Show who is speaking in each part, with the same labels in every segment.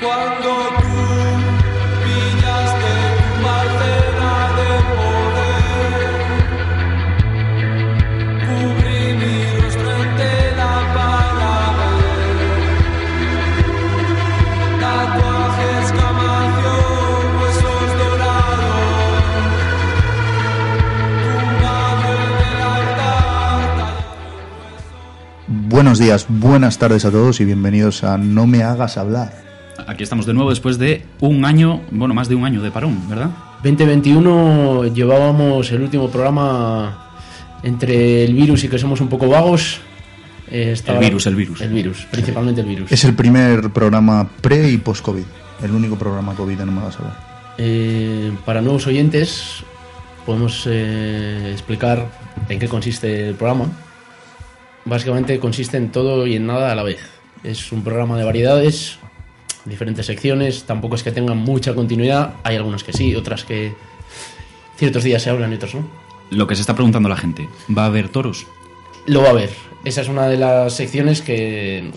Speaker 1: Cuando tú pillaste tu bandera de poder, cubrí mi rostro entera para ver tatuajes, camación, huesos dorados, tumbado en el altar.
Speaker 2: Buenos días, buenas tardes a todos y bienvenidos a No me hagas hablar.
Speaker 3: Aquí estamos de nuevo después de un año, bueno, más de un año de parón, ¿verdad?
Speaker 4: 2021 llevábamos el último programa entre el virus y que somos un poco vagos. eh, estaba-
Speaker 3: El virus, el virus.
Speaker 4: El virus, principalmente el virus.
Speaker 2: Es el primer programa pre y post COVID, el único programa COVID de No me hagas hablar.
Speaker 4: Eh, para nuevos oyentes, podemos eh, explicar en qué consiste el programa. Básicamente consiste en todo y en nada a la vez. Es un programa de variedades, diferentes secciones, tampoco es que tengan mucha continuidad. Hay algunas que sí, otras que ciertos días se hablan y otros no.
Speaker 3: Lo que se está preguntando la gente, ¿va a haber toros?
Speaker 4: Lo va a ver. Esa es una de las secciones que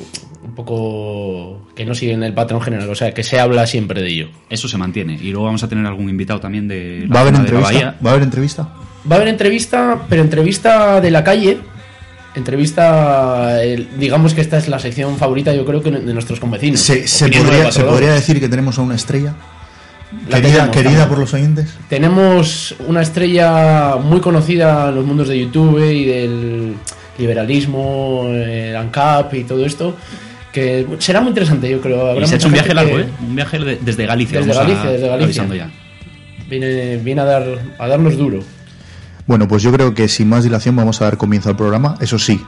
Speaker 4: un poco que no siguen el patrón general, o sea, que se habla siempre de ello.
Speaker 3: Eso se mantiene. Y luego vamos a tener algún invitado también de la
Speaker 2: ¿Va a haber
Speaker 3: zona de la
Speaker 2: entrevista?
Speaker 3: Bahía.
Speaker 2: ¿Va a haber entrevista?
Speaker 4: Va a haber entrevista, pero entrevista de la calle. Entrevista, el- digamos que esta es la sección favorita, yo creo que de nuestros convecinos.
Speaker 2: Se, se
Speaker 4: Opinión de
Speaker 2: podría,
Speaker 4: Pato
Speaker 2: se
Speaker 4: Lobo.
Speaker 2: podría decir que tenemos a una estrella
Speaker 4: La
Speaker 2: querida,
Speaker 4: tenemos,
Speaker 2: querida
Speaker 4: también.
Speaker 2: por los oyentes.
Speaker 4: Tenemos una estrella muy conocida en los mundos de YouTube y del liberalismo, el ANCAP y todo esto, que será muy interesante, yo creo. Habrá
Speaker 3: Y se ha
Speaker 4: mucha
Speaker 3: hecho un viaje
Speaker 4: gente
Speaker 3: largo,
Speaker 4: que-
Speaker 3: ¿eh? Un viaje de- desde Galicia.
Speaker 4: Desde
Speaker 3: vamos a-
Speaker 4: Galicia, desde Galicia.
Speaker 3: avisando ya.
Speaker 4: Viene, viene a, dar, a darnos duro.
Speaker 2: Bueno, pues yo creo que sin más dilación vamos a dar comienzo al programa. Eso sí,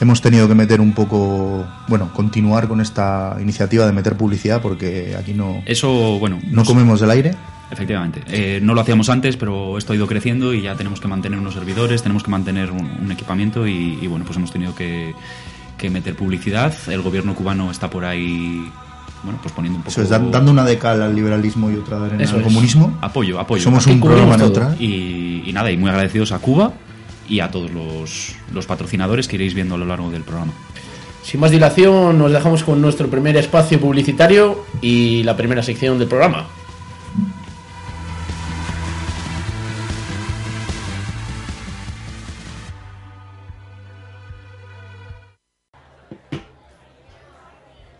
Speaker 2: hemos tenido que meter un poco, bueno, continuar con esta iniciativa de meter publicidad porque aquí no,
Speaker 3: Eso, bueno, pues,
Speaker 2: no comemos del aire.
Speaker 3: efectivamente. Eh, no lo hacíamos antes, pero esto ha ido creciendo y ya tenemos que mantener unos servidores, tenemos que mantener un, un equipamiento y, y, bueno, pues hemos tenido que, que meter publicidad. El gobierno cubano está por ahí, bueno, pues poniendo un poco...
Speaker 2: Eso es, dan- dando una de cal al liberalismo y otra de arena
Speaker 4: Eso
Speaker 2: al
Speaker 4: es.
Speaker 2: comunismo.
Speaker 3: Apoyo, apoyo.
Speaker 2: Somos
Speaker 4: Aquí
Speaker 2: un
Speaker 4: cubrimos
Speaker 2: programa
Speaker 4: todo.
Speaker 2: neutral.
Speaker 3: Y, y nada, y muy agradecidos a Cuba y a todos los, los patrocinadores que iréis viendo a lo largo del programa.
Speaker 4: Sin más dilación, nos dejamos con nuestro primer espacio publicitario y la primera sección del programa.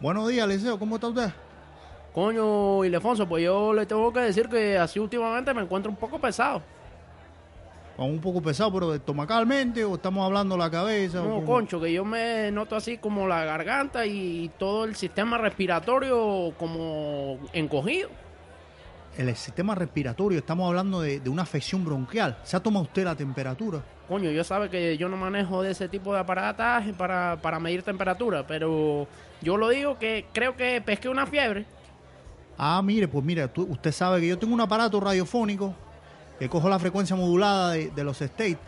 Speaker 2: Buenos días, Liceo, ¿cómo está usted?
Speaker 4: Coño, Ildefonso, pues yo le tengo que decir que así últimamente me encuentro un poco pesado.
Speaker 2: Un poco pesado, pero estomacalmente, o estamos hablando la cabeza.
Speaker 5: No, concho, que yo me noto así como la garganta y todo el sistema respiratorio como encogido.
Speaker 2: El sistema respiratorio, estamos hablando de, una afección bronquial. ¿Se ha tomado usted la temperatura?
Speaker 5: Coño, yo sabe que yo no manejo de ese tipo de aparataje para, para medir temperatura, pero yo lo digo que creo que pesqué una fiebre.
Speaker 2: Ah, mire, pues mira, tú- usted sabe que yo tengo un aparato radiofónico que cojo la frecuencia modulada de, de los states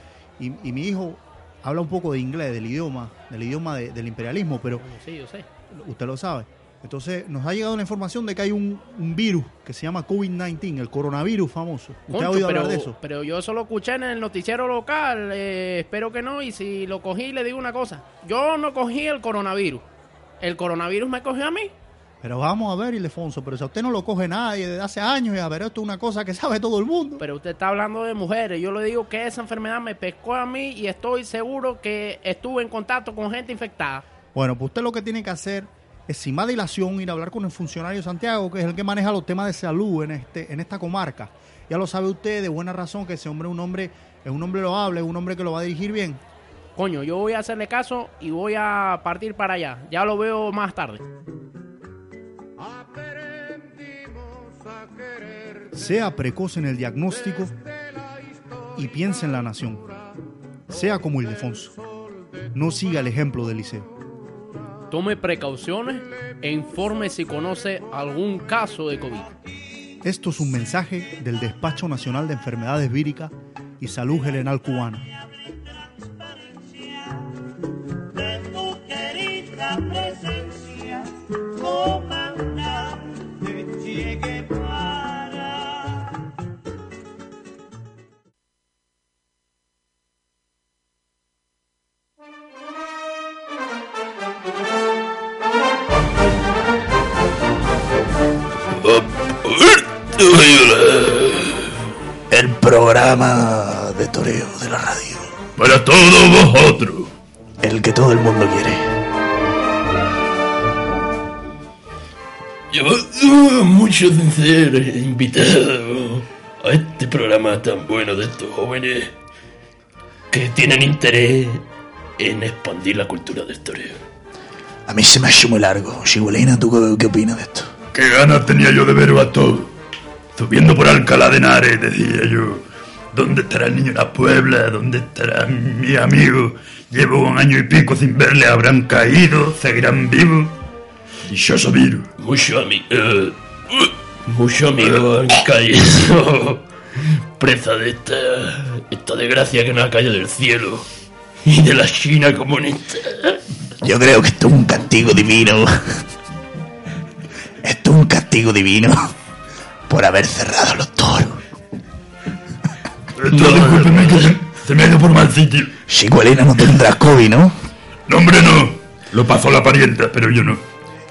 Speaker 2: y, y mi hijo habla un poco de inglés, del idioma, del idioma de- del imperialismo, pero
Speaker 5: Coño, Sí, yo sé.
Speaker 2: usted lo sabe. Entonces, nos ha llegado la información de que hay un, un virus que se llama COVID-19, el coronavirus famoso. ¿Usted ha
Speaker 5: Concho,
Speaker 2: oído
Speaker 5: pero,
Speaker 2: hablar de eso?
Speaker 5: pero yo eso lo escuché en el noticiero local, eh, espero que no, y si lo cogí le digo una cosa, yo no cogí el coronavirus, el coronavirus me cogió a mí.
Speaker 2: Pero vamos a ver, Ildefonso, pero si a usted no lo coge nadie desde hace años, ya, pero esto es una cosa que sabe todo el mundo.
Speaker 5: Pero usted está hablando de mujeres. Yo le digo que esa enfermedad me pescó a mí y estoy seguro que estuve en contacto con gente infectada.
Speaker 2: Bueno, pues usted lo que tiene que hacer es, sin más dilación, ir a hablar con el funcionario Santiago, que es el que maneja los temas de salud en, este, en esta comarca. Ya lo sabe usted de buena razón que ese hombre es un hombre, es un hombre loable, es un hombre que lo va a dirigir bien.
Speaker 5: Coño, yo voy a hacerle caso y voy a partir para allá. Ya lo veo más tarde.
Speaker 2: Sea precoz en el diagnóstico y piense en la nación. Sea como Ildefonso. No siga el ejemplo de Eliseo.
Speaker 4: Tome precauciones e informe si conoce algún caso de COVID.
Speaker 6: Esto es un mensaje del Despacho Nacional de Enfermedades Víricas y Salud Gelenal Cubana.
Speaker 7: tu querida presencia, comandante, llegue para.
Speaker 2: El programa de toreo de la radio.
Speaker 8: Para todos vosotros.
Speaker 2: El que todo el mundo quiere.
Speaker 8: Llevado mucho de ser invitado a este programa tan bueno de estos jóvenes que tienen interés en expandir la cultura del toreo.
Speaker 2: A mí se me hace muy largo. Chigolina, ¿tú qué, qué opinas de esto?
Speaker 8: Qué ganas tenía yo de veros a todos. Subiendo por Alcalá de Henares, decía yo. ¿Dónde estará el niño de la Puebla? ¿Dónde estará mi amigo? Llevo un año y pico sin verle. ¿Habrán caído? ¿Seguirán vivos? Dichoso virus. Mucho amigo. eh, Mucho amigo han caído. Presa de esta, esta desgracia que nos ha caído del cielo. Y de la China comunista.
Speaker 2: Yo creo que esto es un castigo divino. Esto es un castigo divino por haber cerrado los toros.
Speaker 8: No, discúlpeme que se, se me ha ido por mal sitio.
Speaker 2: Chigolina no tendrás COVID, ¿no?
Speaker 8: No, hombre, no. Lo pasó la parienta, pero yo no.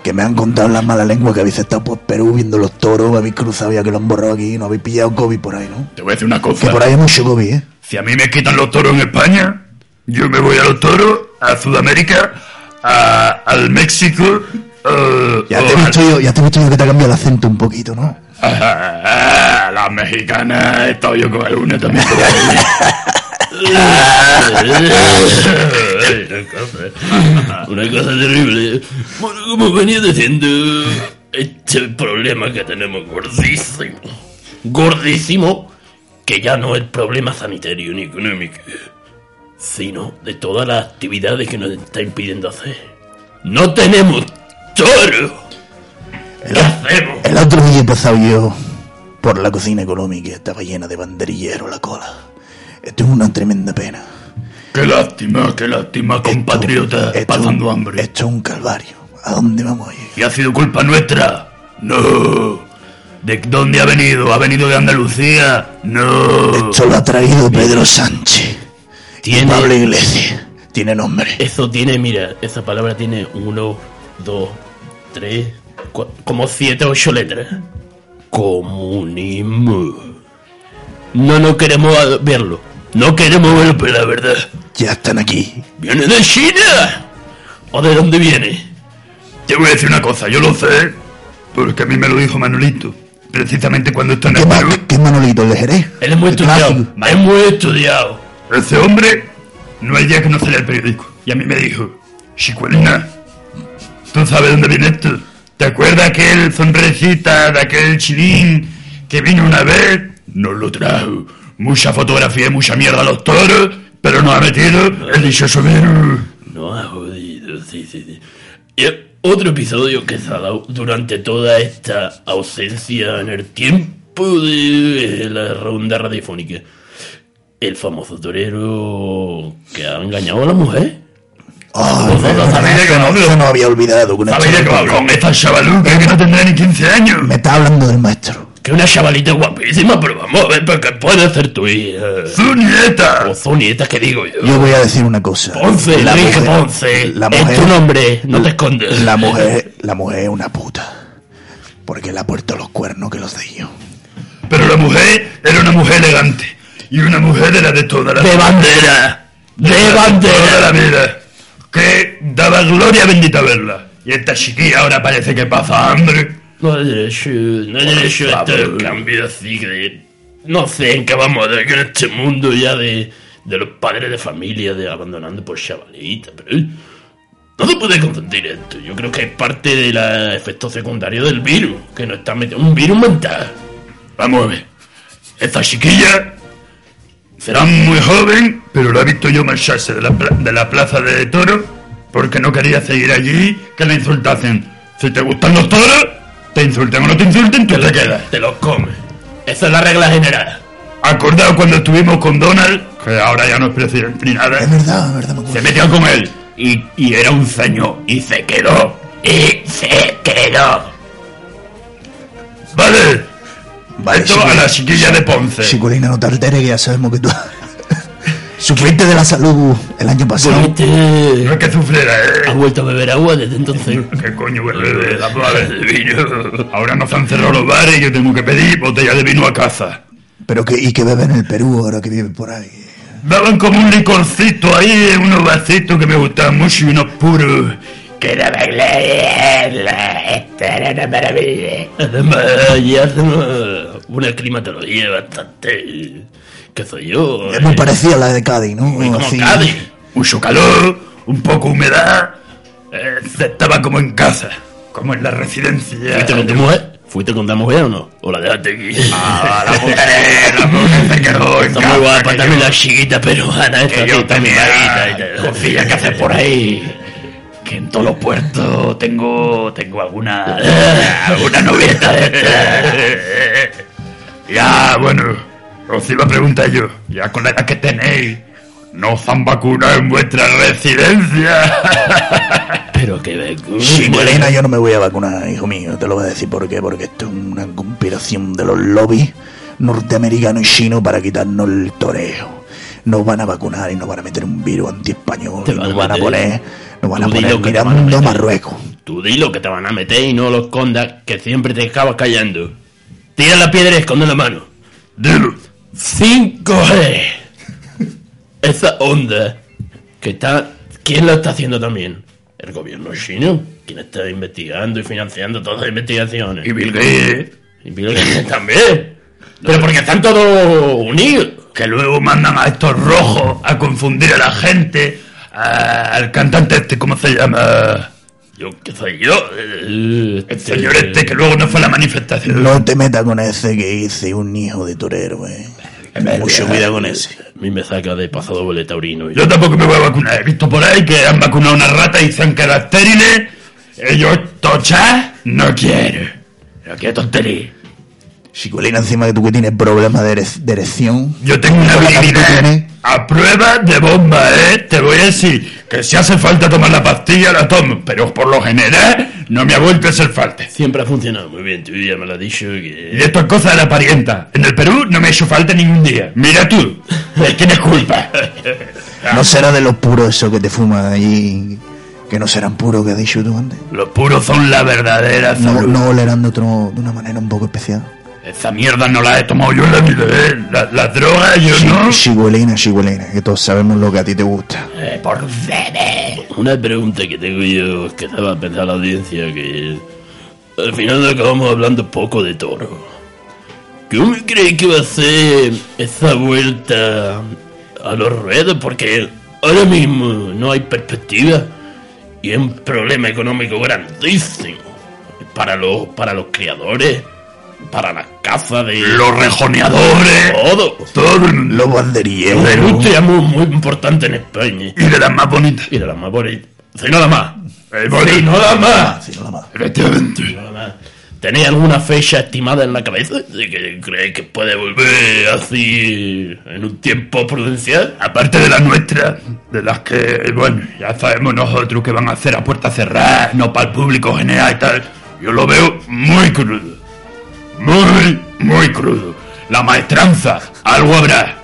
Speaker 2: Que me han contado las malas lenguas que habéis estado por Perú viendo los toros, habéis cruzado ya que lo han borrado aquí, no habéis pillado COVID por ahí, ¿no?
Speaker 8: Te voy a decir una
Speaker 2: Que
Speaker 8: cosa.
Speaker 2: por ahí hay mucho COVID, ¿eh?
Speaker 8: Si a mí me quitan los toros en España, yo me voy a los toros, a Sudamérica, a- al México. eh,
Speaker 2: Ya
Speaker 8: o
Speaker 2: te he
Speaker 8: al-
Speaker 2: visto yo, ya te he visto yo que te ha cambiado el acento un poquito, ¿no?
Speaker 8: Ah, Las mexicanas, he estado yo con alguna también. Una cosa terrible. Bueno, como venía diciendo, este problema que tenemos gordísimo. Gordísimo, que ya no es problema sanitario ni económico, sino de todas las actividades que nos está impidiendo hacer. No tenemos toro. ¿Qué hacemos?
Speaker 2: El otro día he pasado yo por la cocina económica, estaba llena de banderilleros la cola. Esto es una tremenda pena.
Speaker 8: Qué lástima, qué lástima, compatriota,
Speaker 2: Esto- esto-
Speaker 8: pasando hambre.
Speaker 2: Esto es un calvario. ¿A dónde vamos a llegar?
Speaker 8: Y ha sido culpa nuestra. No. ¿De dónde ha venido? ¿Ha venido de Andalucía? No.
Speaker 2: Esto lo ha traído Pedro Sánchez. Y
Speaker 8: Tiene-
Speaker 2: Pablo Iglesias. Tiene nombre.
Speaker 8: Eso tiene, mira, esa palabra tiene uno, dos, tres, cua- como siete, ocho letras. Comunismo. No, no queremos a- verlo. No queremos verlo, pero la verdad.
Speaker 2: Ya están aquí.
Speaker 8: ¿Viene de China? ¿O de dónde viene? Te voy a decir una cosa, yo lo sé, porque a mí me lo dijo Manolito, precisamente cuando está en
Speaker 2: ¿Qué,
Speaker 8: el
Speaker 2: más,
Speaker 8: Perú.
Speaker 2: ¿Qué Manolito el de Jerez?
Speaker 8: Él es muy
Speaker 2: El
Speaker 8: estudiado,
Speaker 2: clásico.
Speaker 8: es muy estudiado. Ese hombre no hay día que no sale al periódico. Y a mí me dijo, Chicuelina, ¿tú sabes dónde viene esto? ¿Te acuerdas aquel sonrisita de aquel chilín que vino una vez? Nos lo trajo. Mucha fotografía y mucha mierda a los toros, pero nos ha metido el dichoso virus. Nos ha jodido, sí, sí, sí. Y otro episodio que se ha dado durante toda esta ausencia en el tiempo de la ronda radiofónica. El famoso torero que ha engañado a la mujer.
Speaker 2: Ay,
Speaker 8: Vosotros
Speaker 2: Pedro,
Speaker 8: sabéis de qué hablo.
Speaker 2: yo no había olvidado con esto.
Speaker 8: ¿Sabéis de qué hablo? Con esta chavaluca que no tendrá ni 15 años.
Speaker 2: Me está hablando del maestro.
Speaker 8: Que una chavalita guapísima, pero vamos a ver, ¿pero qué puede ser tu hija? ¡Su nieta! O su nieta, que digo yo.
Speaker 2: Yo voy a decir una cosa.
Speaker 8: Ponce, la dije Ponce.
Speaker 2: La
Speaker 8: es
Speaker 2: mujer,
Speaker 8: tu nombre, no te escondes.
Speaker 2: La mujer, la mujer es una puta. Porque le ha puesto los cuernos que los de yo.
Speaker 8: Pero la mujer era una mujer elegante. Y una mujer era de toda la De bandera. De, bandera. De toda la vida. Que daba gloria bendita verla. Y esta chiquilla ahora parece que pasa hambre. No derecho, no derecho este cambio así que... No sé en qué vamos a que en este mundo ya de... De los padres de familia, de abandonando por chavalita, pero... No se puede consentir esto. Yo creo que es parte del efecto secundario del virus. Que nos está metiendo un virus mental. Vamos a ver. Esta chiquilla será muy joven, pero la he visto yo marcharse de la, pla- de la plaza de toro porque no quería seguir allí que le insultasen. Si te gustan los toros, te insulten o no te insulten, tú te quedas.
Speaker 9: Te los comes. Esa es la regla general.
Speaker 8: Acordado cuando estuvimos con Donald, que ahora ya no es presidente ni nada,
Speaker 2: Es verdad, es verdad, me
Speaker 8: se
Speaker 2: acuerdo.
Speaker 8: metió con él y, y era un ceño y se quedó.
Speaker 9: Y se quedó.
Speaker 8: Vale,
Speaker 2: Vale,
Speaker 8: esto a
Speaker 2: Chicolina.
Speaker 8: la chiquilla de Ponce.
Speaker 2: Chicolina, no te alteres, que ya sabemos que tú sufriste de la salud el año pasado.
Speaker 8: No
Speaker 10: Este
Speaker 8: es que sufriera,
Speaker 10: ha
Speaker 8: ¿eh?
Speaker 10: vuelto a beber agua desde entonces.
Speaker 8: ¿Qué coño voy a beber? La madre de vino. Ahora nos han cerrado los bares y yo tengo que pedir botella de vino a casa.
Speaker 2: Pero que, y que bebe en el Perú ahora que vive por ahí.
Speaker 8: Daban como un licorcito ahí, unos vasitos que me gustaban mucho y unos puros.
Speaker 9: Que la regla esta era una maravilla.
Speaker 10: Además,
Speaker 9: Y hacemos una climatología bastante. que soy yo.
Speaker 2: Es muy parecida a la de Cádiz, ¿no?
Speaker 9: Muy como
Speaker 2: Así.
Speaker 9: Cádiz.
Speaker 8: Mucho calor, un poco humedad. eh, estaba como en casa, como en la residencia.
Speaker 10: ¿Fuiste con tu mujer? ¿Fuiste con tu mujer o no?
Speaker 9: O la dejaste aquí.
Speaker 8: Ah, la mujer, la mujer se quedó en
Speaker 9: Está
Speaker 8: casa,
Speaker 9: muy guapa
Speaker 8: que
Speaker 9: también
Speaker 8: yo-
Speaker 9: la chiquita peruana esta,
Speaker 8: que
Speaker 9: sí,
Speaker 8: Eh, yo
Speaker 9: está muy
Speaker 8: tenía
Speaker 9: malita y tal.
Speaker 8: cosillas que hacer por ahí. Que en todos los puertos tengo, tengo alguna, alguna novieta de este. estas. Ya, bueno, os iba a preguntar yo, ya con la edad que tenéis, ¿no os han vacunado en vuestra residencia?
Speaker 10: Pero que vengo.
Speaker 2: Chicolina, yo no me voy a vacunar, hijo mío. Te lo voy a decir por qué. Porque esto es una conspiración de los lobbies norteamericanos y chinos para quitarnos el toreo. Nos van a vacunar y nos van a meter un virus anti-español.
Speaker 10: Te
Speaker 2: y
Speaker 10: van a
Speaker 2: Nos van a
Speaker 10: meter.
Speaker 2: poner, nos van a
Speaker 10: Tú di
Speaker 2: poner
Speaker 10: lo que te van a
Speaker 2: mirando a
Speaker 10: meter.
Speaker 2: Marruecos.
Speaker 10: Tú di lo que te van a meter y no lo escondas, que siempre te acabas callando. Tira la piedra y esconde la mano.
Speaker 8: Dilo.
Speaker 10: 5G. Esa onda que está... ¿Quién la está haciendo también? ¿El gobierno chino? ¿Quién está investigando y financiando todas las investigaciones?
Speaker 8: Y Bill Gates,
Speaker 10: Y Bill Gates también. Pero porque están todos unidos.
Speaker 8: que luego mandan a estos rojos a confundir a la gente, a- al cantante este, ¿cómo se llama?
Speaker 10: Yo, ¿qué soy yo? Eh,
Speaker 8: El señor este que luego no fue a la manifestación.
Speaker 2: No te metas con ese que hice un hijo de torero, eh. Mucho cuidado con ese.
Speaker 10: A mí me saca de pasado boleta taurino.
Speaker 8: Yo tampoco me voy a vacunar. He visto por ahí que han vacunado a una rata y se han quedado estériles. Ellos tochas no quieren. No quiero tontería.
Speaker 2: Chicolina, encima que tú que tienes problemas de, ere- de erección.
Speaker 8: Yo tengo una habilidad a prueba de bomba, ¿eh? Te voy a decir que si hace falta tomar la pastilla, la tomo. Pero por lo general, ¿eh? no me ha vuelto a hacer falta.
Speaker 10: Siempre ha funcionado muy bien, tú ya me lo has dicho.
Speaker 8: Y
Speaker 10: Que...
Speaker 8: esto es cosa de la parienta. En el Perú no me ha hecho falta ningún día. Mira tú, ¿de quién es culpa?
Speaker 2: No será de los puros esos que te fuman allí. Que no serán puros que has dicho tú antes.
Speaker 8: Los puros son la verdadera
Speaker 2: No,
Speaker 8: salud.
Speaker 2: no olerán de, otro- de una manera un poco especial.
Speaker 8: Esa mierda no la he tomado yo en la vida, ¿eh? La- Las drogas yo no.
Speaker 2: Chigüelina, chigüelina, que todos sabemos lo que a ti te gusta.
Speaker 9: Por bebé.
Speaker 10: Una pregunta que tengo yo, que estaba pensando la audiencia, que al final acabamos hablando poco de toro. ¿Cómo crees que va a ser esa vuelta a los ruedos? Porque ahora mismo no hay perspectiva y es un problema económico grandísimo para los, para los criadores, para las cazas de
Speaker 8: Los rejoneadores.
Speaker 10: todo.
Speaker 8: Todo el mundo.
Speaker 2: Los banderilleros.
Speaker 10: Es una industria muy, muy importante en España.
Speaker 8: Y de las más bonitas.
Speaker 10: Y de las más bonitas. Soy nada más.
Speaker 8: El bolín.
Speaker 10: no da más.
Speaker 2: Sí, nada más.
Speaker 8: Efectivamente.
Speaker 10: ¿Tenéis alguna fecha estimada en la cabeza de que creéis que puede volver así en un tiempo prudencial?
Speaker 8: Aparte de las nuestras, de las que, bueno, ya sabemos nosotros que van a hacer a puerta cerrada, no para el público general y tal. Yo lo veo muy crudo. Muy, muy crudo. La maestranza, algo habrá.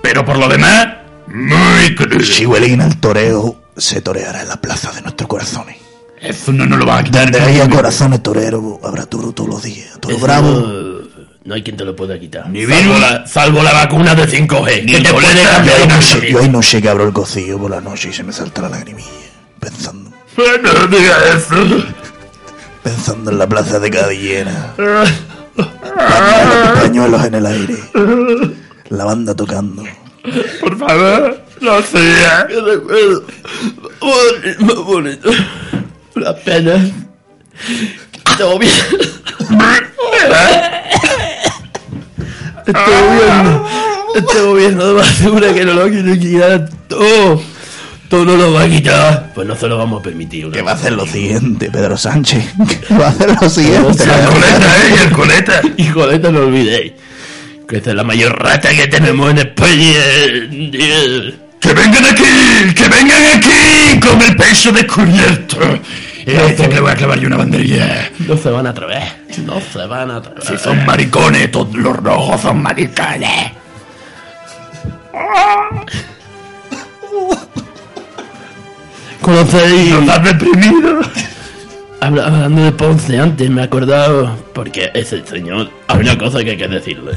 Speaker 8: Pero por lo demás, muy crudo.
Speaker 2: Chigüelina, el toreo se toreará en la plaza de nuestros corazones.
Speaker 8: Eso no nos lo va a quitar.
Speaker 2: Donde haya
Speaker 8: ninguno.
Speaker 2: corazones toreros, habrá toro todos los días. Toro bravo.
Speaker 10: Eh, No hay quien te lo pueda quitar.
Speaker 8: Ni
Speaker 10: salvo,
Speaker 8: virus.
Speaker 10: la, salvo la vacuna de 5G.
Speaker 8: Ni
Speaker 10: que te
Speaker 8: el
Speaker 10: puede
Speaker 8: coleta,
Speaker 10: cambiar
Speaker 2: Yo
Speaker 10: la
Speaker 2: hoy
Speaker 10: vida.
Speaker 2: noche, yo hoy noche que abro el cocillo por la noche y se me salta la lagrimilla. Pensando,
Speaker 8: No diga eso.
Speaker 2: pensando en la plaza de Cadillera. Pañuelos, pañuelos en el aire. La banda tocando.
Speaker 8: Por favor, no sea.
Speaker 10: Yo recuerdo boni- más bonito. La pena. Todo bien. Estoy bien. Estoy bien. Nada más segura que no lo quiero quitar todo. Tú no lo vas a quitar. Pues no se lo vamos a permitir. una
Speaker 2: Que va a
Speaker 10: cosa
Speaker 2: hacer lo
Speaker 10: así.
Speaker 2: siguiente, Pedro Sánchez. Que va a hacer lo siguiente.
Speaker 10: El coleta, eh, y el coleta.
Speaker 11: Y Coleta no olvidéis.
Speaker 10: Que esta es la mayor rata que tenemos en España. eh.
Speaker 8: ¡Que vengan aquí! ¡Que vengan aquí! ¡Con el peso descubierto!
Speaker 10: Ah,
Speaker 8: Este que le voy a clavar yo una banderilla.
Speaker 10: No se van a atrever. No se van a atrever.
Speaker 8: Si son maricones, todos los rojos son maricones.
Speaker 10: ¿Conocéis?
Speaker 8: ¡Nos han reprimido!
Speaker 10: Habla- Hablando de Ponce antes, me he acordado. Porque ese señor. Hay una cosa que hay que decirle.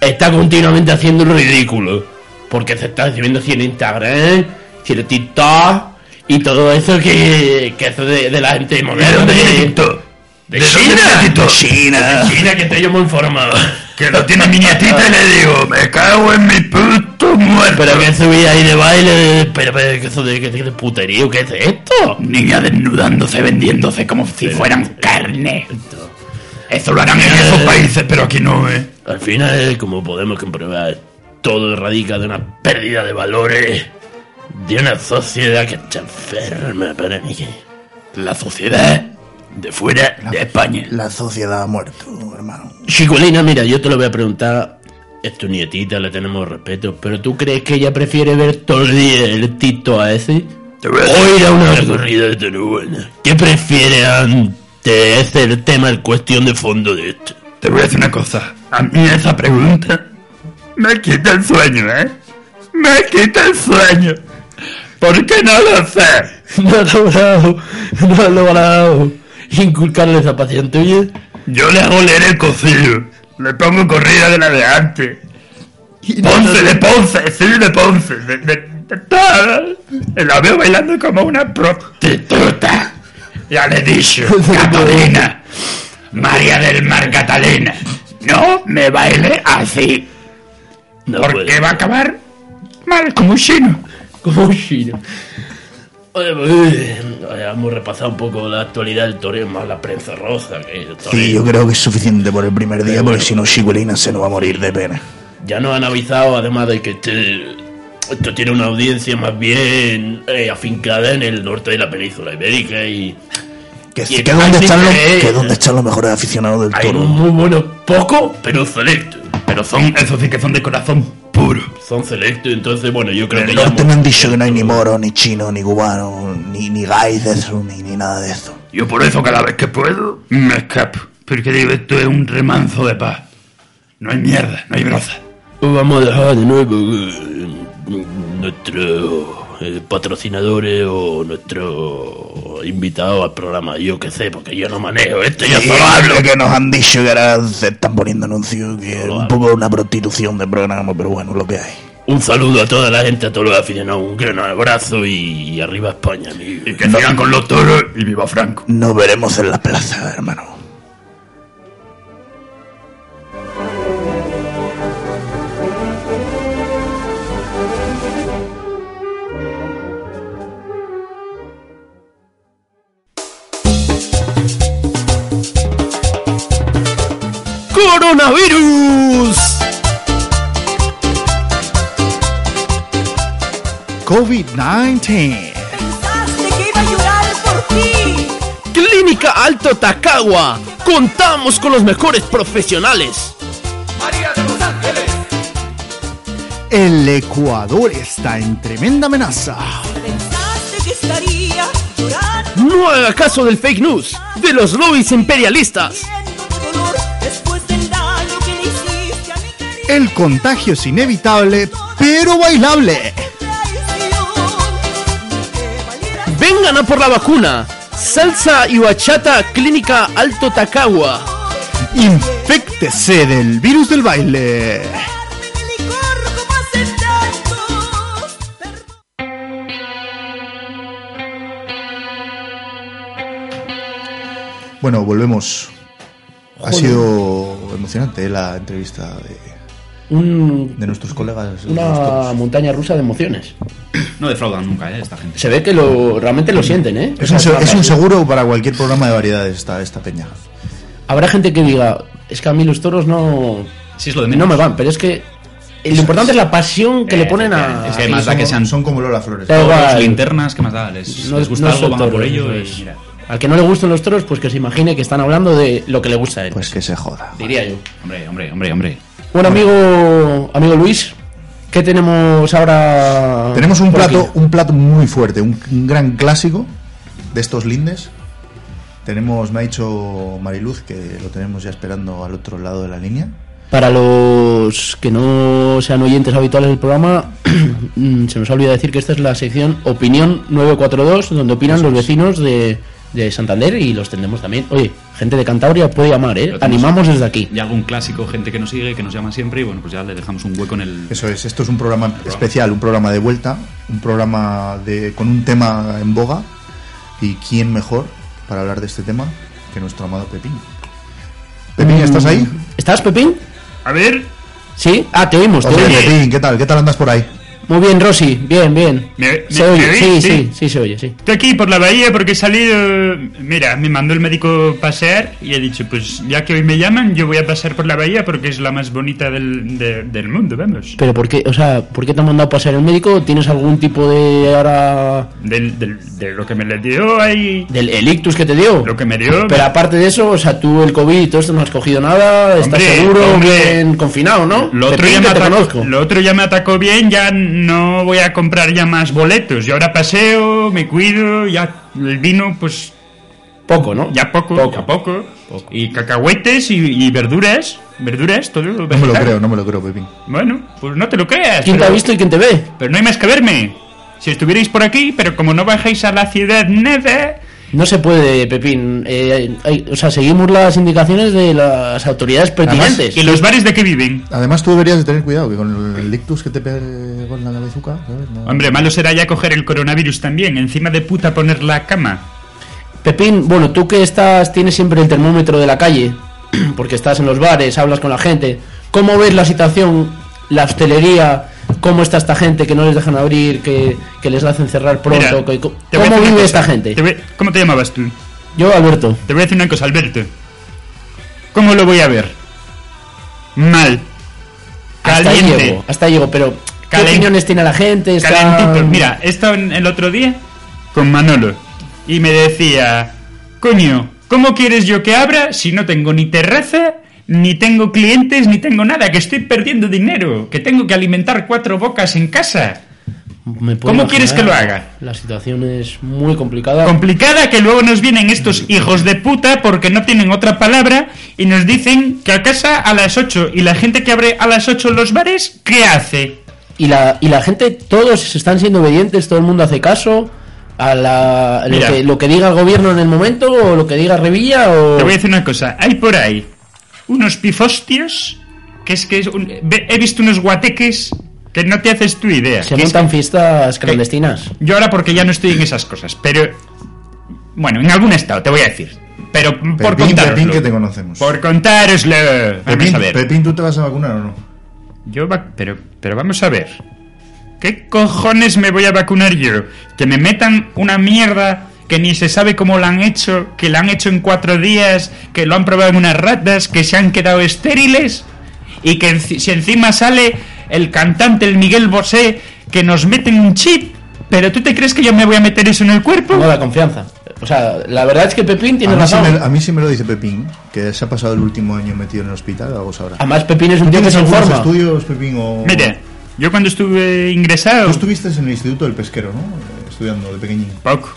Speaker 10: Está continuamente haciendo el ridículo. Porque se está recibiendo 100 Instagram, 100 TikTok. Y todo eso que. que eso de, de la gente moderna.
Speaker 8: TikTok?
Speaker 10: de
Speaker 8: ¿De dónde
Speaker 10: China.
Speaker 8: viene TikTok?
Speaker 2: China.
Speaker 10: Mira que estoy yo muy informado.
Speaker 8: Que lo tiene mi nietita y le digo, me cago en mi puto muerto.
Speaker 10: Pero que subí ahí de baile. Pero, pero que eso de, que, de puterío, ¿qué es esto?
Speaker 8: Niña desnudándose, vendiéndose como si fueran carne. Eso lo harán en esos países, pero aquí no, ¿eh?
Speaker 10: Al final, como podemos comprobar, todo radica de una pérdida de valores, de una sociedad que está enferma para mí.
Speaker 8: La sociedad de fuera de España.
Speaker 2: La sociedad ha muerto, hermano.
Speaker 10: Chicolina, mira, yo te lo voy a preguntar. Es tu nietita, le tenemos respeto, pero ¿tú crees que ella prefiere ver todo el día el tito a ese?
Speaker 8: Te voy a decir-
Speaker 10: O ir a una corrida de telebuena. ¿Qué prefiere antes? Es el tema, el cuestión de fondo de esto.
Speaker 8: Te voy a decir una cosa. A mí esa pregunta me quita el sueño, ¿eh? Me quita el sueño. ¿Por qué no lo sé?
Speaker 10: No has logrado, no has logrado inculcarle esa pasión tuya.
Speaker 8: Yo le hago leer el cocido. Le pongo corrida de la de antes. Ponce, de Ponce, sí, de Ponce. De, de, de tal. La veo bailando como una prostituta. Ya le he dicho, Catalina. María del Mar Catalina. No me baile así.
Speaker 10: No
Speaker 8: Porque va a acabar mal como un chino.
Speaker 10: Como un chino. Oye, pues, eh, oye, hemos repasado un poco la actualidad del toreo, más la prensa rosa. Que el toreo.
Speaker 2: Sí, yo creo que es suficiente por el primer día, porque si no, Chicolina se nos va a morir de pena.
Speaker 10: Ya nos han avisado, además de que este- esto tiene una audiencia más bien eh, afincada en el norte de la península ibérica y
Speaker 2: Que,
Speaker 10: Y
Speaker 2: que
Speaker 10: el
Speaker 2: dónde
Speaker 10: Cádiz
Speaker 2: están los,
Speaker 10: que-
Speaker 2: que dónde están los mejores aficionados del
Speaker 10: hay
Speaker 2: toro.
Speaker 10: muy buenos, pocos, pero selectos.
Speaker 8: Pero son, eso sí que son de corazón puro.
Speaker 10: Son selectos, entonces, bueno, yo creo
Speaker 2: En
Speaker 10: que
Speaker 2: el
Speaker 10: ya
Speaker 2: norte me
Speaker 10: hemos-
Speaker 2: han dicho que no hay ni moro, ni chino, ni cubano, ni, ni gay de eso, ni, ni nada de eso.
Speaker 8: Yo por eso cada vez que puedo me escapo. Porque digo, esto es un remanso de paz. No hay mierda, no hay broza.
Speaker 10: Vamos a dejar de nuevo eh, nuestros eh, patrocinadores o nuestros invitados al programa. Yo qué sé, porque yo no manejo esto, yo
Speaker 2: Y
Speaker 10: solo hablo.
Speaker 2: lo que nos han dicho que ahora se están poniendo anuncios, que es un poco una prostitución de programa, pero bueno, lo que hay.
Speaker 10: Un saludo a toda la gente, a todos los aficionados, un gran abrazo y arriba España, amigo.
Speaker 8: Y que sigan con los toros y viva Franco.
Speaker 2: Nos veremos en la plaza, hermano.
Speaker 4: ¡Coronavirus!
Speaker 1: COVID-19.
Speaker 7: Pensaste que iba a llorar por ti.
Speaker 4: Clínica Alto Tacagua. Contamos con los mejores profesionales.
Speaker 1: El Ecuador está en tremenda amenaza.
Speaker 7: Pensaste que estaría llorando
Speaker 4: No haga caso del fake news, de los lobbies imperialistas.
Speaker 7: tu dolor después del daño que le hiciste a mi querida
Speaker 1: El contagio es inevitable, pero bailable.
Speaker 7: traición. Que valiera
Speaker 4: Vengan a por la vacuna. Salsa y bachata Clínica Alto Tacagua.
Speaker 1: Inféctese del virus del baile.
Speaker 7: darme de licor como hace tantos. Perdón.
Speaker 2: Bueno, volvemos. Ha sido emocionante eh, la entrevista de,
Speaker 11: Un-
Speaker 2: de nuestros colegas.
Speaker 11: una montaña rusa de emociones.
Speaker 3: No defraudan nunca, ¿eh? Esta gente.
Speaker 11: Se ve que lo realmente lo sienten, ¿eh?
Speaker 2: Es un, se- es un seguro para cualquier programa de variedades esta, esta peña.
Speaker 11: Habrá gente que diga, es que a mí los toros no,
Speaker 3: Sí, es lo de
Speaker 11: no
Speaker 3: menos.
Speaker 11: me van, pero es que
Speaker 4: Lo importante es la pasión que le ponen a.
Speaker 3: Es que más da que sean
Speaker 2: Son como Lola Flores.
Speaker 4: Da igual.
Speaker 3: toros, linternas, ¿qué más da? Les,
Speaker 4: No-
Speaker 3: les gusta
Speaker 4: no
Speaker 3: algo,
Speaker 4: son
Speaker 3: van a por
Speaker 4: toros,
Speaker 3: ello
Speaker 4: no
Speaker 3: y
Speaker 4: es.
Speaker 3: mira.
Speaker 4: Al que no le gusten los toros, pues que se imagine que están hablando de lo que le gusta a él.
Speaker 2: Pues que se joda.
Speaker 4: diría yo.
Speaker 3: Hombre, hombre, hombre, hombre.
Speaker 4: Bueno, amigo, amigo Luis, ¿qué tenemos ahora?
Speaker 2: Tenemos un
Speaker 4: por
Speaker 2: plato,
Speaker 4: aquí?
Speaker 2: un plato muy fuerte, un, un gran clásico de estos lindes. Tenemos, me ha dicho Mariluz, que lo tenemos ya esperando al otro lado de la línea.
Speaker 4: Para los que no sean oyentes habituales del programa, mm, se nos ha olvidado decir que esta es la sección Opinión 942, donde opinan los vecinos de, de Santander y los tendremos también. Oye, gente de Cantabria puede llamar, ¿eh?
Speaker 3: Lo tenemos.
Speaker 4: Animamos desde aquí.
Speaker 3: Y algún clásico, gente que nos sigue, que nos llama siempre, y bueno, pues ya le dejamos un hueco en el.
Speaker 2: Eso es, esto es un programa especial, un programa de vuelta, un programa de, con un tema en boga. ¿Y quién mejor para hablar de este tema que nuestro amado Pepín? Pepín, ¿estás ahí?
Speaker 8: Mm.
Speaker 4: ¿Estás, Pepín?
Speaker 8: A ver,
Speaker 4: Sí. Ah, te oímos, te
Speaker 2: Oye,
Speaker 4: oímos.
Speaker 2: Pues Pepín, ¿qué tal? ¿Qué tal andas por ahí?
Speaker 4: Muy bien, Rosy. Bien, bien.
Speaker 8: ¿Me-
Speaker 4: se
Speaker 8: me-
Speaker 4: oye,
Speaker 8: me
Speaker 4: sí,
Speaker 8: oís?
Speaker 4: sí,
Speaker 8: Sí.
Speaker 4: sí, se oye, sí.
Speaker 8: estoy aquí por la bahía porque he salido. Mira, me mandó el médico pasear y he dicho, pues ya que hoy me llaman, yo voy a pasar por la bahía porque es la más bonita del, de- del mundo, vamos.
Speaker 4: Pero ¿por qué, o sea, ¿por qué te han mandado a pasar el médico? ¿Tienes algún tipo de ahora
Speaker 8: Del- del- de lo que me le dio ahí.
Speaker 4: del el ictus que te dio?
Speaker 8: Lo que me dio.
Speaker 4: Pero aparte de eso, o sea, tú el COVID y todo esto no has cogido nada, estás
Speaker 8: Hombre,
Speaker 4: seguro,
Speaker 8: hombre.
Speaker 4: bien confinado, ¿no?
Speaker 8: Lo otro,
Speaker 4: Pepín,
Speaker 8: ya
Speaker 4: que
Speaker 8: me
Speaker 4: te
Speaker 8: atacó,
Speaker 4: conozco.
Speaker 8: lo otro ya me atacó bien, ya no voy a comprar ya más boletos. Y ahora paseo, me cuido, ya el vino, pues
Speaker 4: Poco, ¿no?
Speaker 8: ya poco,
Speaker 4: Poco.
Speaker 8: ya poco. Y cacahuetes y, y verduras, verduras, todo.
Speaker 2: No me lo creo, no me lo creo, Pepín.
Speaker 8: Bueno, pues no te lo creas.
Speaker 4: ¿Quién te ha
Speaker 8: pero,
Speaker 4: visto y quién te ve?
Speaker 8: pero no hay más que verme. Si estuvierais por aquí, pero como no bajáis a la ciudad nada,
Speaker 4: No se puede, Pepín. Eh, hay- o sea, seguimos las indicaciones de las autoridades pertinentes.
Speaker 8: ¿y los bares de qué viven?
Speaker 2: Además, tú deberías de tener cuidado, que con el ictus que te pega con la cabezuca, ¿sabes? No.
Speaker 8: Hombre, malo será ya coger el coronavirus también, encima de puta poner la cama.
Speaker 4: Pepín, bueno, tú que estás, tienes siempre el termómetro de la calle, porque estás en los bares, hablas con la gente, ¿cómo ves la situación, la hostelería? ¿Cómo está esta gente que no les dejan abrir, que, que les hacen cerrar pronto?
Speaker 8: Mira,
Speaker 4: que-
Speaker 8: te
Speaker 4: ¿Cómo
Speaker 8: voy a hacer una
Speaker 4: vive
Speaker 8: cosa.
Speaker 4: esta gente?
Speaker 8: Te voy- ¿Cómo te llamabas tú?
Speaker 4: Yo, Alberto.
Speaker 8: Te voy a decir una cosa, Alberto. ¿Cómo lo voy a ver? Mal.
Speaker 4: Hasta ahí
Speaker 8: Caliente.
Speaker 4: llego, hasta ahí llego, pero ¿qué
Speaker 8: Calen-
Speaker 4: opiniones tiene la gente? Está-
Speaker 8: Calentito. Mira, he estado en- el otro día con Manolo y me decía, coño, ¿cómo quieres yo que abra si no tengo ni terraza, ni tengo clientes, ni tengo nada? Que estoy perdiendo dinero, que tengo que alimentar cuatro bocas en casa.
Speaker 4: Me puedo
Speaker 8: ¿Cómo quieres que lo
Speaker 4: imaginar,
Speaker 8: haga?
Speaker 4: La situación es muy complicada.
Speaker 8: complicada que luego nos vienen
Speaker 4: Mm.
Speaker 8: estos hijos de puta porque no tienen otra palabra y nos dicen que a casa a las 8 y la gente que abre a las 8 los bares, ¿qué hace?
Speaker 4: y, la, y la gente, todos están siendo obedientes, todo el mundo hace caso a la, lo,
Speaker 8: Mira.
Speaker 4: que, lo que diga el gobierno en el momento o lo que diga Revilla o...
Speaker 8: Te voy a decir una cosa, hay por ahí unos pifostios que es que es un- ve- he visto unos guateques que no te haces tu idea.
Speaker 4: Se
Speaker 8: que eh, es-
Speaker 4: montan fiestas clandestinas.
Speaker 8: yo ahora porque ya no estoy en esas cosas, pero bueno, en algún estado te voy a decir. Pero por
Speaker 2: Pepín,
Speaker 8: contároslo.
Speaker 2: Pepín, que te conocemos.
Speaker 8: Por contároslo. Vamos
Speaker 2: Pepín,
Speaker 8: a ver.
Speaker 2: Pepín, ¿tú te vas a vacunar o no?
Speaker 8: Yo va- pero, pero vamos a ver. ¿Qué cojones me voy a vacunar yo? Que me metan una mierda que ni se sabe cómo la han hecho, que la han hecho en cuatro días, que lo han probado en unas ratas, que se han quedado estériles y que enci- si encima sale el cantante, el Miguel Bosé, que nos meten un chip. ¿Pero tú te crees que yo me voy a meter eso en el cuerpo?
Speaker 4: Tengo la confianza. O sea, la verdad es que Pepín
Speaker 2: A
Speaker 4: tiene
Speaker 2: mí, sí
Speaker 4: razón.
Speaker 2: me, a mí sí me lo dice Pepín, que se ha pasado el último año metido en el hospital, algo sabrá.
Speaker 4: Además, Pepín es un tío que
Speaker 2: ¿Tienes
Speaker 4: se
Speaker 2: algunos
Speaker 4: informa.
Speaker 2: estudios, Pepín? O...
Speaker 8: Mira, yo cuando estuve
Speaker 2: Tú
Speaker 8: ingresado...
Speaker 2: estuviste en el Instituto del Pesquero, ¿no? Eh, Estudiando de pequeñín.
Speaker 8: Poco,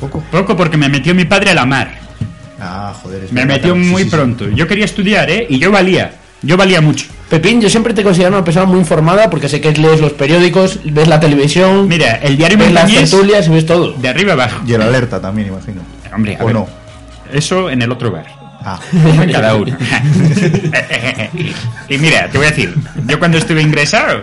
Speaker 2: ¿Poco?
Speaker 8: poco porque me metió mi padre a la mar.
Speaker 2: Ah, joder. es
Speaker 8: Me
Speaker 2: verdad,
Speaker 8: metió
Speaker 2: claro, sí,
Speaker 8: muy
Speaker 2: sí, sí.
Speaker 8: pronto. Yo quería estudiar, ¿eh? Y yo valía. Yo valía mucho.
Speaker 4: Pepín, yo siempre te considero una persona muy informada porque sé que lees los periódicos, ves la televisión,
Speaker 8: Mira, el diario
Speaker 4: ves las
Speaker 8: Montañés
Speaker 4: tertulias y ves todo.
Speaker 8: de arriba abajo.
Speaker 2: Y el alerta también, imagino.
Speaker 8: Hombre, a
Speaker 2: ¿O
Speaker 8: ver.
Speaker 2: no?
Speaker 8: Eso en el otro bar.
Speaker 2: Ah.
Speaker 8: Cada uno. y mira, te voy a decir, yo cuando estuve ingresado,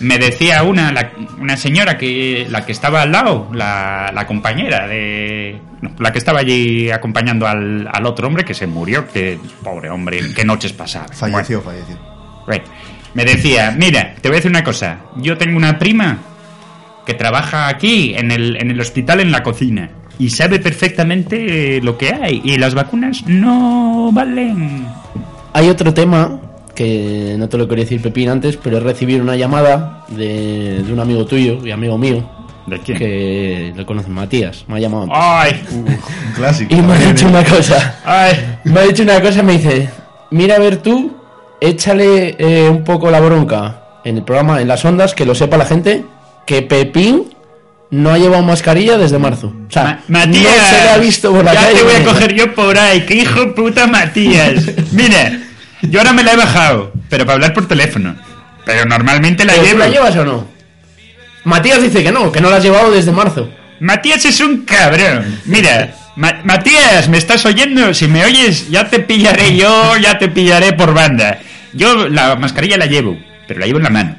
Speaker 8: me decía una, la- una señora que la que estaba al lado, la, la compañera de. no, la que estaba allí acompañando al, al otro hombre que se murió, que pobre hombre, qué noches pasaban.
Speaker 2: Falleció, falleció.
Speaker 8: Right. Me decía, mira, te voy a decir una cosa. Yo tengo una prima que trabaja aquí, en el, en el hospital, en la cocina. Y sabe perfectamente eh, lo que hay. Y las vacunas no valen.
Speaker 4: Hay otro tema que no te lo quería decir Pepín antes, pero es recibir una llamada de, de un amigo tuyo y amigo mío.
Speaker 12: ¿De quién?
Speaker 4: Que lo conoces, Matías. Me ha llamado antes.
Speaker 3: ¡Ay!
Speaker 2: clásico.
Speaker 4: Y me ha dicho una cosa.
Speaker 3: ¡Ay!
Speaker 4: Me ha dicho una cosa, me dice, mira a ver tú, échale eh, un poco la bronca en el programa, en las ondas, que lo sepa la gente, que Pepín no ha llevado mascarilla desde marzo. O sea,
Speaker 3: Matías,
Speaker 4: no se le ha visto por la
Speaker 3: ya
Speaker 4: calle.
Speaker 3: te voy a coger yo por ahí. ¡Qué hijo puta Matías! Mira, yo ahora me la he bajado, pero para hablar por teléfono. Pero normalmente la
Speaker 4: ¿Pero tú
Speaker 3: llevo.
Speaker 4: ¿La llevas o no? Matías dice que no, que no la has llevado desde marzo.
Speaker 3: Matías es un cabrón. Mira, Ma- Matías, ¿me estás oyendo? Si me oyes, ya te pillaré yo, ya te pillaré por banda. Yo la mascarilla la llevo, pero la llevo en la mano.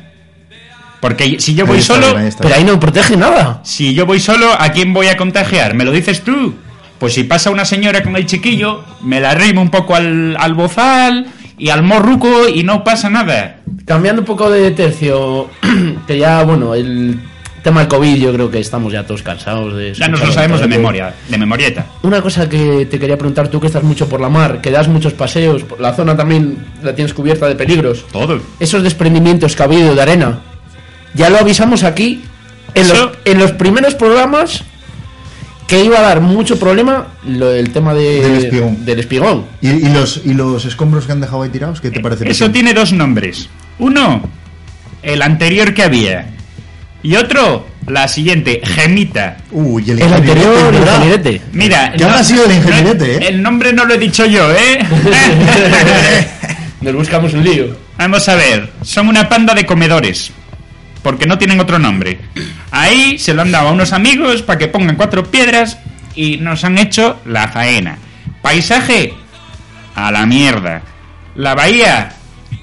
Speaker 3: Porque si yo voy
Speaker 2: Ahí está
Speaker 3: solo,
Speaker 2: bien, ahí está
Speaker 4: Pero ahí no protege nada.
Speaker 3: si yo voy solo, ¿a quién voy a contagiar? ¿Me lo dices tú? Pues si pasa una señora con el chiquillo, me la arrimo un poco al, al bozal y al morruco y no pasa nada.
Speaker 4: Cambiando un poco de tercio, que ya, bueno, el tema del COVID yo creo que estamos ya todos cansados de...
Speaker 3: Ya nos lo
Speaker 4: escucharlo
Speaker 3: sabemos de
Speaker 4: todo.
Speaker 3: memoria, de memorieta.
Speaker 4: Una cosa que te quería preguntar tú que estás mucho por la mar, que das muchos paseos, por la zona también la tienes cubierta de peligros.
Speaker 3: Todo.
Speaker 4: Esos desprendimientos que ha habido de arena, ya lo avisamos aquí en,
Speaker 3: Eso-
Speaker 4: los, en los primeros programas que iba a dar mucho problema lo, el tema de-
Speaker 2: Del espigón.
Speaker 4: del espigón.
Speaker 2: ¿Y, y los, ¿Y los escombros que han dejado ahí tirados? ¿Qué te parece?
Speaker 3: Eso
Speaker 2: Pepín?
Speaker 3: tiene dos nombres. Uno, el anterior que había. Y otro, la siguiente, gemita.
Speaker 2: Uy, el,
Speaker 4: El
Speaker 2: ingeniería,
Speaker 4: anterior, el
Speaker 2: ¿verdad?
Speaker 4: generete.
Speaker 3: Mira,
Speaker 2: ¿Qué habrá sido el ingenierete, eh?
Speaker 3: El nombre no lo he dicho yo, ¿eh?
Speaker 4: Nos buscamos un lío.
Speaker 3: Vamos a ver, son una panda de comedores. Porque no tienen otro nombre. Ahí se lo han dado a unos amigos para que pongan cuatro piedras y nos han hecho la faena. Paisaje, a la mierda. La bahía,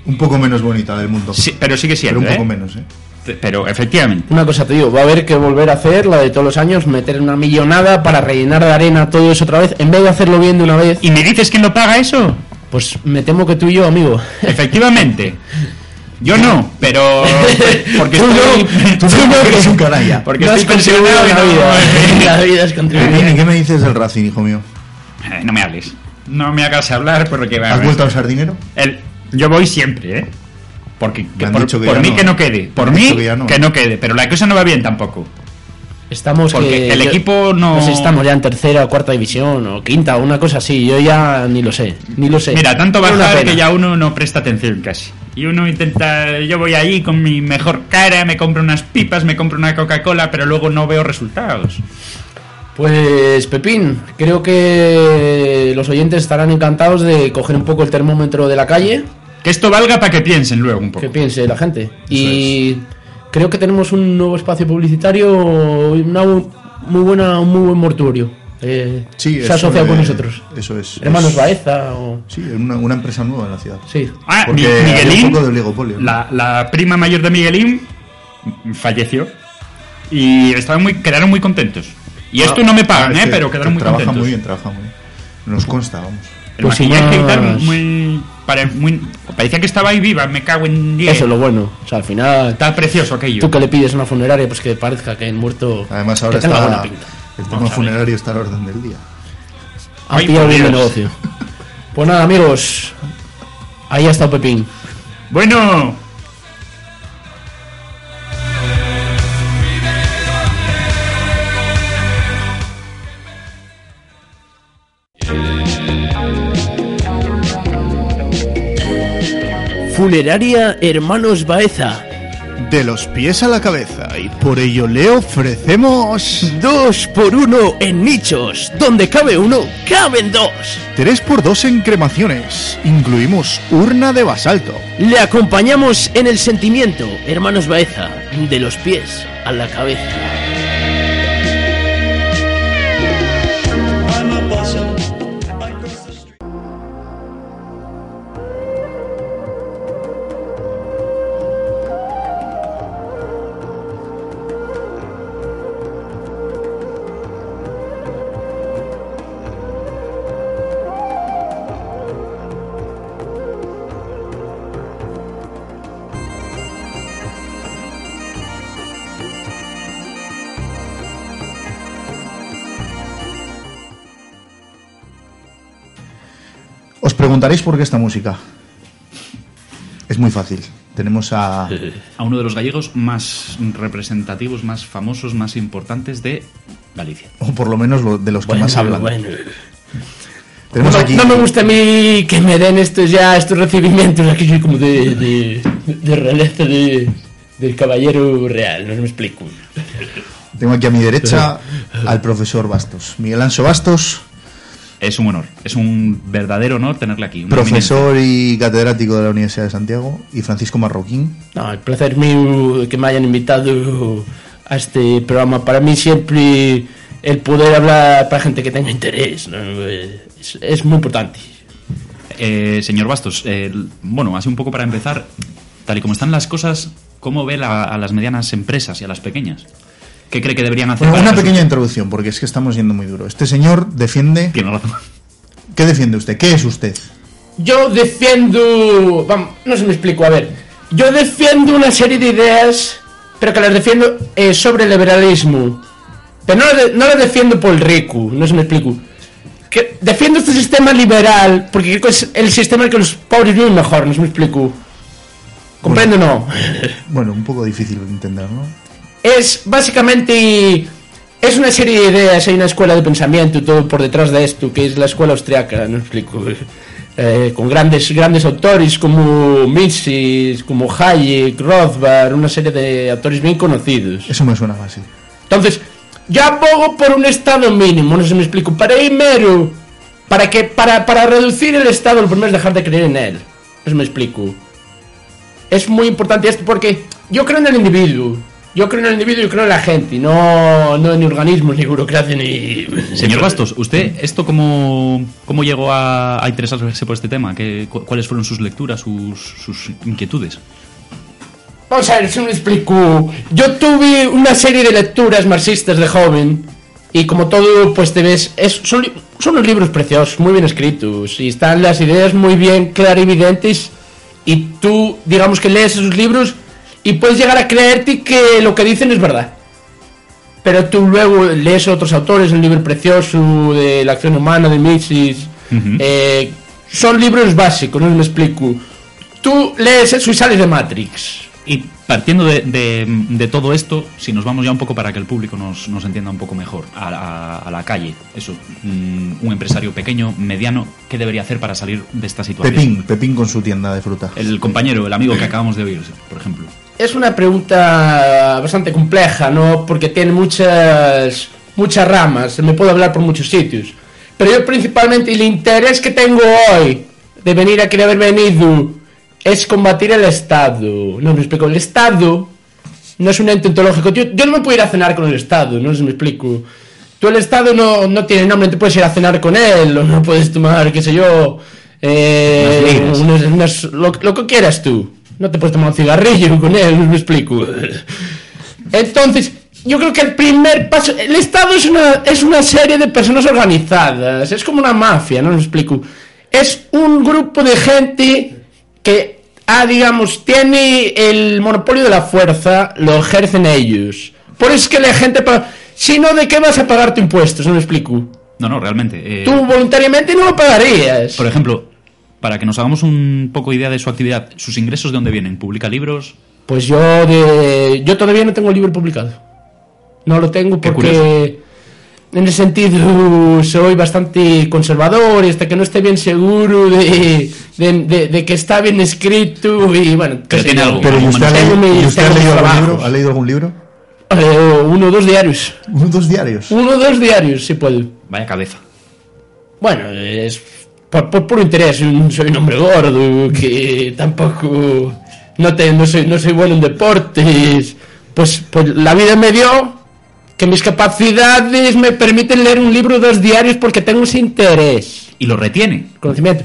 Speaker 2: Un poco menos bonita del mundo.
Speaker 3: sí, pero sigue
Speaker 2: pero
Speaker 3: siendo,
Speaker 2: un poco
Speaker 3: ¿eh?
Speaker 2: menos, ¿eh?
Speaker 3: Pero efectivamente.
Speaker 4: Una cosa te digo, va a haber que volver a hacer la de todos los años, meter una millonada para rellenar de arena todo eso otra vez, en vez de hacerlo bien de una vez.
Speaker 3: ¿Y me dices quién lo paga eso?
Speaker 4: Pues me temo que tú y yo, amigo.
Speaker 3: Efectivamente. Yo no, pero. Porque
Speaker 4: Tú
Speaker 3: estoy.
Speaker 4: no, tú
Speaker 2: Tú no eres un canalla.
Speaker 3: Porque
Speaker 4: No has
Speaker 3: estoy pensionado y
Speaker 4: contribuido a la vida. La
Speaker 3: no.
Speaker 4: vida has contribuido.
Speaker 2: Pepín, ¿y qué me dices del Racing, hijo mío?
Speaker 3: Eh, No me hables. No me hagas hablar porque va.
Speaker 2: ¿Has vuelto a usar dinero?
Speaker 3: El- yo voy siempre, ¿eh? Porque que
Speaker 2: han
Speaker 3: por,
Speaker 2: dicho que
Speaker 3: por
Speaker 2: ya
Speaker 3: mí
Speaker 2: no.
Speaker 3: que no quede.
Speaker 2: Me
Speaker 3: Por
Speaker 2: han
Speaker 3: mí
Speaker 2: dicho que ya no.
Speaker 3: que no quede. Pero la cosa no va bien tampoco.
Speaker 4: Estamos
Speaker 3: Porque
Speaker 4: que-
Speaker 3: el
Speaker 4: yo-
Speaker 3: equipo no-
Speaker 4: sé si estamos ya en tercera o cuarta división o quinta o una cosa así, yo ya ni lo sé, ni lo sé.
Speaker 3: Mira, tanto
Speaker 4: Una
Speaker 3: bajar
Speaker 4: pena.
Speaker 3: que ya uno no presta atención casi. Y uno intenta, yo voy ahí con mi mejor cara, me compro unas pipas, me compro una Coca-Cola, pero luego no veo resultados.
Speaker 4: Pues Pepín, creo que los oyentes estarán encantados de coger un poco el termómetro de la calle,
Speaker 3: Que esto valga para que piensen luego un poco.
Speaker 4: que piense la gente. y creo que tenemos un nuevo espacio publicitario, y una bu- muy buena, un muy buen mortuorio. Eh, se
Speaker 2: eso
Speaker 4: ha asociado con
Speaker 2: es-
Speaker 4: nosotros.
Speaker 2: Eso es.
Speaker 4: Hermanos
Speaker 2: es-
Speaker 4: Baeza o...
Speaker 2: Sí, una, una empresa nueva en la ciudad.
Speaker 4: Sí.
Speaker 3: Ah,
Speaker 2: Porque
Speaker 3: Mi-
Speaker 2: había un
Speaker 3: Miguelín,
Speaker 2: poco de oligopolio, ¿no?
Speaker 3: la, la prima mayor de Miguelín, m- falleció. Y estaban muy, quedaron muy contentos. Y esto no me pagan,
Speaker 2: Ah, Es
Speaker 3: ¿eh?
Speaker 2: que-
Speaker 3: Pero
Speaker 2: que
Speaker 3: quedaron muy
Speaker 2: Trabaja
Speaker 3: contentos.
Speaker 2: muy bien, trabaja muy bien. Nos consta, vamos.
Speaker 3: El
Speaker 4: Pues
Speaker 3: maquillaje
Speaker 4: sin
Speaker 3: y tal,
Speaker 4: más.
Speaker 3: muy, pare- muy- Parecía que estaba ahí viva, me cago en 10.
Speaker 4: Eso es lo bueno. O sea, al final...
Speaker 3: Está precioso aquello.
Speaker 4: Tú que le pides una funeraria, pues que parezca que el muerto.
Speaker 2: Además, ahora
Speaker 4: que tenga buena
Speaker 2: está.
Speaker 4: pinta.
Speaker 2: El tema funerario está a la orden del día.
Speaker 4: Han
Speaker 3: Ay,
Speaker 4: pillado
Speaker 3: por
Speaker 4: bien el
Speaker 3: Dios.
Speaker 4: negocio. Pues nada, amigos. Ahí ha estado Pepín.
Speaker 3: Bueno,
Speaker 10: Funeraria Hermanos Baeza.
Speaker 13: De los pies a la cabeza y por ello le ofrecemos
Speaker 10: Dos por uno en nichos. Donde cabe uno, caben dos.
Speaker 13: 3x2 en cremaciones. Incluimos urna de basalto.
Speaker 10: Le acompañamos en el sentimiento, hermanos Baeza, de los pies a la cabeza.
Speaker 2: Os preguntaréis por qué esta música. muy fácil. Tenemos a.
Speaker 3: a uno de los gallegos más representativos, más famosos, más importantes de Galicia.
Speaker 2: O por lo menos lo- de los que más hablan. Tenemos
Speaker 4: No,
Speaker 2: aquí.
Speaker 4: no me gusta a mí que me den estos ya estos recibimientos aquí soy como de, de, de realeza de, del caballero real, no me explico.
Speaker 2: Tengo aquí a mi derecha al profesor Bastos. Miguel Anso Bastos,
Speaker 3: Es un honor, es un verdadero honor tenerle aquí. una
Speaker 2: profesor y catedrático de la Universidad de Santiago, y Francisco Marroquín.
Speaker 4: No, el placer mío que me hayan invitado a este programa. Para mí siempre el poder hablar para gente que tenga interés ¿no? es, es muy importante.
Speaker 3: Eh, señor Bastos, eh, bueno, así un poco para empezar, tal y como están las cosas, ¿cómo ve la- a las medianas empresas y a las pequeñas? ¿Qué cree que deberían hacer?
Speaker 2: Bueno,
Speaker 3: para
Speaker 2: una
Speaker 3: resolver-
Speaker 2: pequeña introducción, porque es que estamos yendo muy duro. Este señor defiende. ¿Qué defiende usted? ¿Qué es usted?
Speaker 4: Yo defiendo. Vamos, no se me explico, a ver. Yo defiendo una serie de ideas, pero que las defiendo eh, sobre el liberalismo. Pero no las de- no las defiendo por el rico, no se me explico. Que defiendo este sistema liberal porque creo que es el sistema en el que los pobres viven mejor, no se me explico. ¿Comprendo o no?
Speaker 2: Bueno, un poco difícil de entender, ¿no?
Speaker 4: es básicamente es una serie de ideas hay una escuela de pensamiento y todo por detrás de esto que es la escuela austriaca no explico Eh, con grandes grandes autores como Mises como Hayek Rothbard una serie de autores bien conocidos
Speaker 2: eso me suena fácil
Speaker 4: entonces yo abogo por un estado mínimo no se me explico para ir mero para que para, para reducir el estado lo primero es dejar de creer en él no se me explico es muy importante esto porque yo creo en el individuo. Yo creo en el individuo y creo en la gente, no, no en organismos, ni burocracia, ni.
Speaker 3: Señor Bastos, ¿usted esto cómo, cómo llegó a, a interesarse por este tema? ¿Qué, cu- ¿Cuáles fueron sus lecturas, sus, sus inquietudes?
Speaker 4: Vamos a ver si me explico. Yo tuve una serie de lecturas marxistas de joven y como todo, pues te ves, es, son, li- son unos libros preciosos, muy bien escritos y están las ideas muy bien clarividentes y tú, digamos que lees esos libros y puedes llegar a creerte que lo que dicen es verdad. Pero tú luego lees a otros autores, un libro precioso de la acción humana de Mises. eh, son libros básicos, no me explico. Tú lees eso y sales de Matrix.
Speaker 3: Y partiendo de, de- de todo esto, si nos vamos ya un poco para que el público nos, nos entienda un poco mejor, a, a- a la calle, eso, mm, un empresario pequeño, mediano, ¿qué debería hacer para salir de esta situación?
Speaker 2: Pepín, Pepín con su tienda de fruta.
Speaker 3: El compañero, el amigo que acabamos de oír, por ejemplo.
Speaker 4: Es una pregunta bastante compleja, ¿no? Porque tiene muchas, muchas ramas, me puedo hablar por muchos sitios. Pero yo principalmente el interés que tengo hoy de venir aquí, de haber venido, es combatir el Estado. No me explico, el Estado no es un ente ontológico. Yo, yo no me puedo ir a cenar con el Estado, no sé si me explico. Tú el Estado no, no tiene nombre, no te puedes ir a cenar con él, o no puedes tomar, qué sé yo, eh,
Speaker 14: Unas libras.
Speaker 4: unas- unas- lo, lo que quieras tú. No te puedes tomar un cigarrillo con él, no me explico. Entonces, yo creo que el primer paso. El Estado es una, es una serie de personas organizadas. Es como una mafia, no me explico. Es un grupo de gente que, ah, digamos, tiene el monopolio de la fuerza, lo ejercen ellos. Por eso es que la gente. pa- Si no, ¿de qué vas a pagar tu impuestos? No me explico.
Speaker 3: No, no, realmente. eh,
Speaker 4: Tú voluntariamente no lo pagarías.
Speaker 3: Por ejemplo, para que nos hagamos un poco idea de su actividad, sus ingresos de dónde vienen, publica libros.
Speaker 4: Pues yo de, yo todavía no tengo el libro publicado. No lo tengo porque en ese sentido soy bastante conservador y hasta que no esté bien seguro de, de, de- de que está bien escrito y bueno, qué sé yo.
Speaker 2: Pero ¿y usted, ha
Speaker 4: Tengo
Speaker 2: leído,
Speaker 4: mis-
Speaker 2: ¿y usted ha
Speaker 4: tengo mis
Speaker 2: leído algún
Speaker 4: trabajos.
Speaker 2: libro? ¿Ha leído algún libro?
Speaker 4: Eh, uno o dos diarios.
Speaker 2: ¿Uno dos diarios?
Speaker 4: Uno o dos diarios, si puedo.
Speaker 3: Vaya cabeza.
Speaker 4: Bueno, es por, por puro interés. un- Soy un hombre gordo que tampoco. No, te- no, soy, no soy bueno en deportes. Pues, pues la vida me dio que mis capacidades me permiten leer un libro o dos diarios porque tengo ese interés.
Speaker 3: Y lo retiene.
Speaker 4: Conocimiento.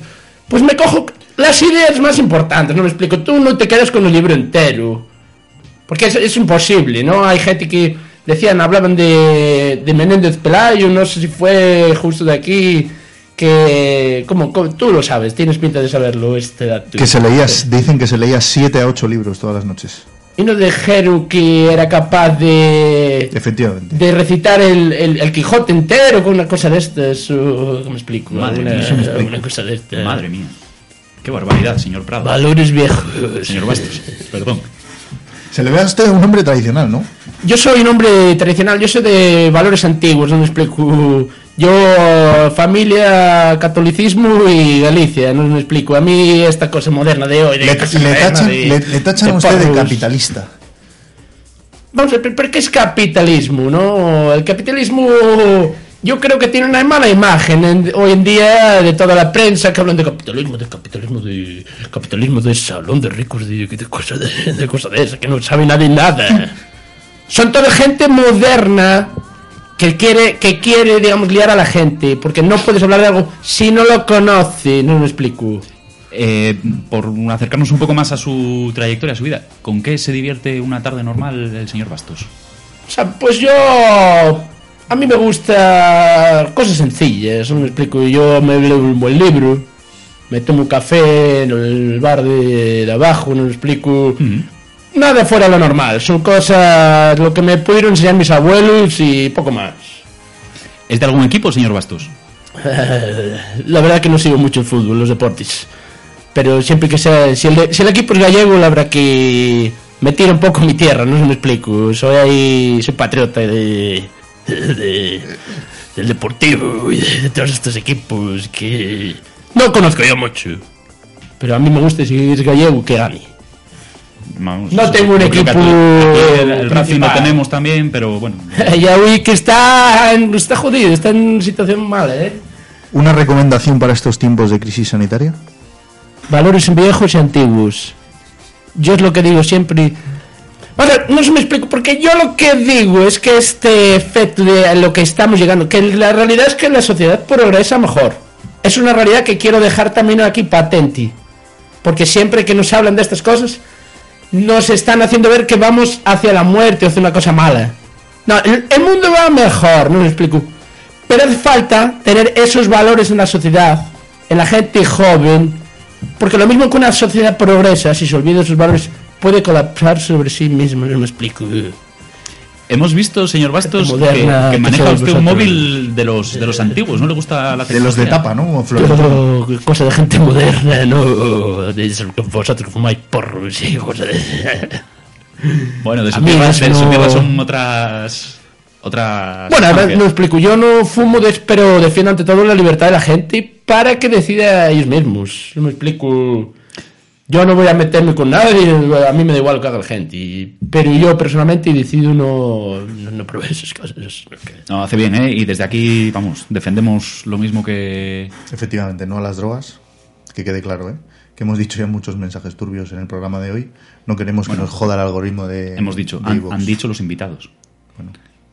Speaker 4: Pues me cojo las ideas más importantes, no me explico. Tú no te quedas con el libro entero. Porque es, es imposible, ¿no? Hay gente que decían, hablaban de, de Menéndez Pelayo, no sé si fue justo de aquí, que... ¿cómo, cómo? Tú lo sabes, tienes pinta de saberlo, este dato.
Speaker 2: Que se leía, dicen que se leía 7 a 8 libros todas las noches.
Speaker 4: Y no dijeron que era capaz de...
Speaker 2: Efectivamente.
Speaker 4: De recitar el, el- el Quijote entero con una cosa de estas, o- ¿cómo me explico?
Speaker 3: Madre
Speaker 4: Alguna-
Speaker 3: mía.
Speaker 4: alguna cosa de estas.
Speaker 3: Madre mía. Qué barbaridad, señor Prado.
Speaker 2: Valores viejos.
Speaker 3: Señor Bastos, perdón.
Speaker 2: Se le ve a usted un hombre tradicional, ¿no?
Speaker 4: Yo soy un hombre tradicional, yo soy de valores antiguos, donde explico. Yo, familia, catolicismo y Galicia, no me explico. A mí esta cosa moderna de hoy. de
Speaker 2: Le,
Speaker 4: cosa
Speaker 2: le
Speaker 4: moderna
Speaker 2: tachan,
Speaker 4: de-
Speaker 2: le- le tachan a
Speaker 4: de
Speaker 2: usted de
Speaker 4: porros.
Speaker 2: capitalista.
Speaker 4: Vamos a ver, pero ¿qué es capitalismo, no? El capitalismo yo creo que tiene una mala imagen en- hoy en día de toda la prensa que hablan de capitalismo, de capitalismo, de capitalismo de salón de ricos, de, de cosas de, de cosas de esas, que no sabe nadie nada. Son toda gente moderna que quiere, que quiere, digamos, liar a la gente, porque no puedes hablar de algo si no lo conoce, no me explico.
Speaker 3: Eh, por acercarnos un poco más a su trayectoria, a su vida, ¿con qué se divierte una tarde normal el señor Bastos?
Speaker 4: O sea, pues yo. A mí me gusta cosas sencillas, no me explico. Yo me leo un buen libro, me tomo un café en el bar de, de abajo, no me explico. Nada fuera de lo normal, son cosas lo que me pudieron enseñar mis abuelos y poco más.
Speaker 3: ¿Es de algún equipo, señor Bastos?
Speaker 4: La verdad que no sigo mucho el fútbol, los deportes. Pero siempre que sea. Si el, si el equipo es gallego, la verdad que. Me tira un poco mi tierra, no se me explico. Soy ahí. Soy patriota de. de- del deportivo y de todos estos equipos que. No conozco yo mucho. Pero a mí me gusta si es gallego que gane.
Speaker 3: Vamos,
Speaker 4: No tengo un
Speaker 3: yo creo que
Speaker 4: equipo
Speaker 3: a tu- El, el Racing lo
Speaker 4: principal.
Speaker 3: tenemos también, pero bueno.
Speaker 4: ya vi que está. en- está jodido, está en situación mala, ¿eh?
Speaker 2: ¿Una recomendación para estos tiempos de crisis sanitaria?
Speaker 4: valores viejos y antiguos. Yo es lo que digo siempre. Vale, no se me explico, porque yo lo que digo es que este efecto de a lo que estamos llegando, que la realidad es que la sociedad progresa mejor. Es una realidad que quiero dejar también aquí patente. Porque siempre que nos hablan de estas cosas, nos están haciendo ver que vamos hacia la muerte o hacia una cosa mala. No, el, el mundo va mejor, no me explico. Pero hace falta tener esos valores en la sociedad, en la gente joven, porque lo mismo que una sociedad progresa, si se olvida de sus valores, puede colapsar sobre sí misma, no me explico.
Speaker 3: Hemos visto, señor Bastos, que,
Speaker 4: Moderna,
Speaker 3: que
Speaker 4: que
Speaker 3: maneja
Speaker 4: sois
Speaker 3: usted un
Speaker 4: vosotros.
Speaker 3: móvil de los, de los antiguos, ¿no le gusta la
Speaker 2: De los de
Speaker 3: tecnología?
Speaker 2: tapa, ¿no?
Speaker 4: Todo cosa de gente moderna, no de eso que vosotros fumáis porros y cosas de...
Speaker 3: Bueno, de su,
Speaker 4: A mí
Speaker 3: tierra, de
Speaker 4: mismo-
Speaker 3: su tierra son otras. otras
Speaker 4: Bueno, ahora
Speaker 3: sustancias.
Speaker 4: lo explico, yo no fumo, des- pero defiendo ante todo la libertad de la gente para que decida ellos mismos, no me explico. Yo no voy a meterme con nadie, a mí me da igual lo que haga la gente, y- pero yo personalmente decido no, no, no probar esas cosas.
Speaker 3: No, hace bien, ¿eh? Y desde aquí, vamos, defendemos lo mismo que.
Speaker 2: Efectivamente, no a las drogas. Que quede claro, ¿eh? Que hemos dicho ya muchos mensajes turbios en el programa de hoy. No queremos que nos joda el algoritmo de.
Speaker 3: Hemos dicho,
Speaker 2: de
Speaker 3: han,
Speaker 2: iVoox.
Speaker 3: han dicho los invitados.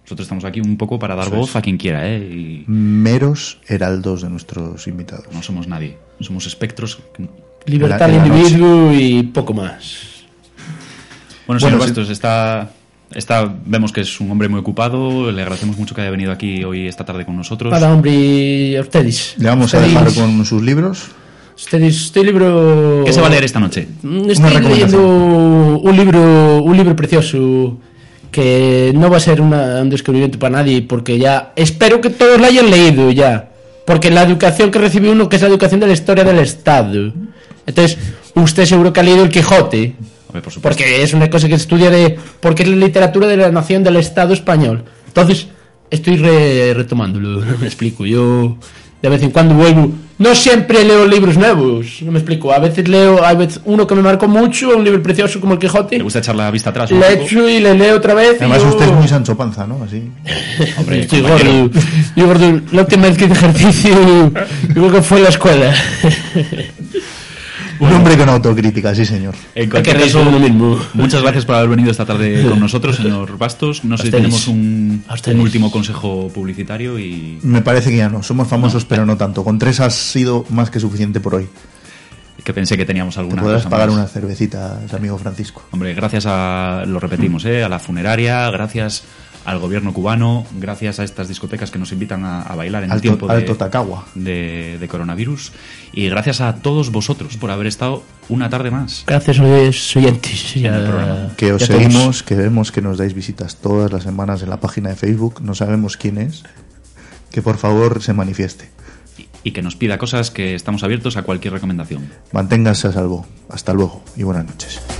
Speaker 3: Nosotros estamos aquí un poco para dar
Speaker 2: Eso
Speaker 3: voz
Speaker 2: es.
Speaker 3: a quien quiera, ¿eh? Y
Speaker 2: Meros heraldos de nuestros invitados.
Speaker 3: no somos nadie. Somos espectros.
Speaker 4: Libertad
Speaker 2: En
Speaker 4: al
Speaker 2: la- en la
Speaker 4: individuo y poco más.
Speaker 3: Bueno, señor
Speaker 4: Bueno, sí.
Speaker 3: Bastos, está, está, vemos que es un hombre muy ocupado. Le agradecemos mucho que haya venido aquí hoy, esta tarde, con nosotros.
Speaker 4: Para hombre, a ustedes.
Speaker 2: Le vamos a
Speaker 4: Ustedes-
Speaker 2: dejar con sus libros.
Speaker 4: Ustedes, este libro.
Speaker 3: ¿Qué se va a leer esta noche?
Speaker 4: Mm,
Speaker 2: Una
Speaker 4: Estoy leyendo un libro, un libro precioso que no va a ser una- un descubrimiento para nadie porque ya espero que todos lo hayan leído ya porque la educación que recibió uno que es la educación de la historia del Estado entonces usted seguro que ha leído el Quijote
Speaker 3: Hombre, por supuesto.
Speaker 4: porque es una cosa que estudia de porque es la literatura de la nación del Estado español entonces estoy re- retomándolo no me explico yo de vez en cuando vuelvo no siempre leo libros nuevos no me explico a veces leo a veces uno que me marcó mucho un libro precioso como el Quijote
Speaker 3: ¿Te gusta echar la vista atrás? un
Speaker 4: le
Speaker 3: poco?
Speaker 4: echo y le leo otra vez y
Speaker 2: Además,
Speaker 4: yo-
Speaker 2: usted es muy Sancho Panza, ¿no? Así.
Speaker 3: Hombre,
Speaker 4: estoy
Speaker 3: Eh, compañero.
Speaker 4: gordo yo gordo la última vez que hice ejercicio digo que fue en la escuela
Speaker 2: Un hombre con autocrítica, sí, señor.
Speaker 3: En cualquier
Speaker 4: Hay que reírse
Speaker 3: caso,
Speaker 4: de uno mismo.
Speaker 3: muchas gracias por haber venido esta tarde con nosotros, señor Bastos. No sé si
Speaker 4: ustedes.
Speaker 3: tenemos un, un
Speaker 4: A ustedes.
Speaker 3: último consejo publicitario y
Speaker 2: Me parece que ya no. Somos famosos, pero no tanto. Con tres has sido más que suficiente por hoy.
Speaker 3: que pensé que teníamos
Speaker 2: Te
Speaker 3: alguna
Speaker 2: podrás
Speaker 3: cosa
Speaker 2: pagar
Speaker 3: más.
Speaker 2: unas cervecitas, amigo Francisco.
Speaker 3: Hombre, gracias a, lo repetimos, ¿eh? a la funeraria, gracias al gobierno cubano, gracias a estas discotecas que nos invitan a, a bailar en
Speaker 2: Alto-
Speaker 3: tiempo de,
Speaker 2: Alto Tacagua.
Speaker 3: de- de coronavirus. Y gracias a todos vosotros por haber estado una tarde más.
Speaker 4: gracias oyes- oyentes ya-
Speaker 2: Que os
Speaker 4: ya todos.
Speaker 2: seguimos, que vemos que nos dais visitas todas las semanas en la página de Facebook. No sabemos quién es. Que por favor se manifieste.
Speaker 3: y que nos pida cosas que estamos abiertos a cualquier recomendación.
Speaker 2: Manténganse a salvo. Hasta luego y buenas noches.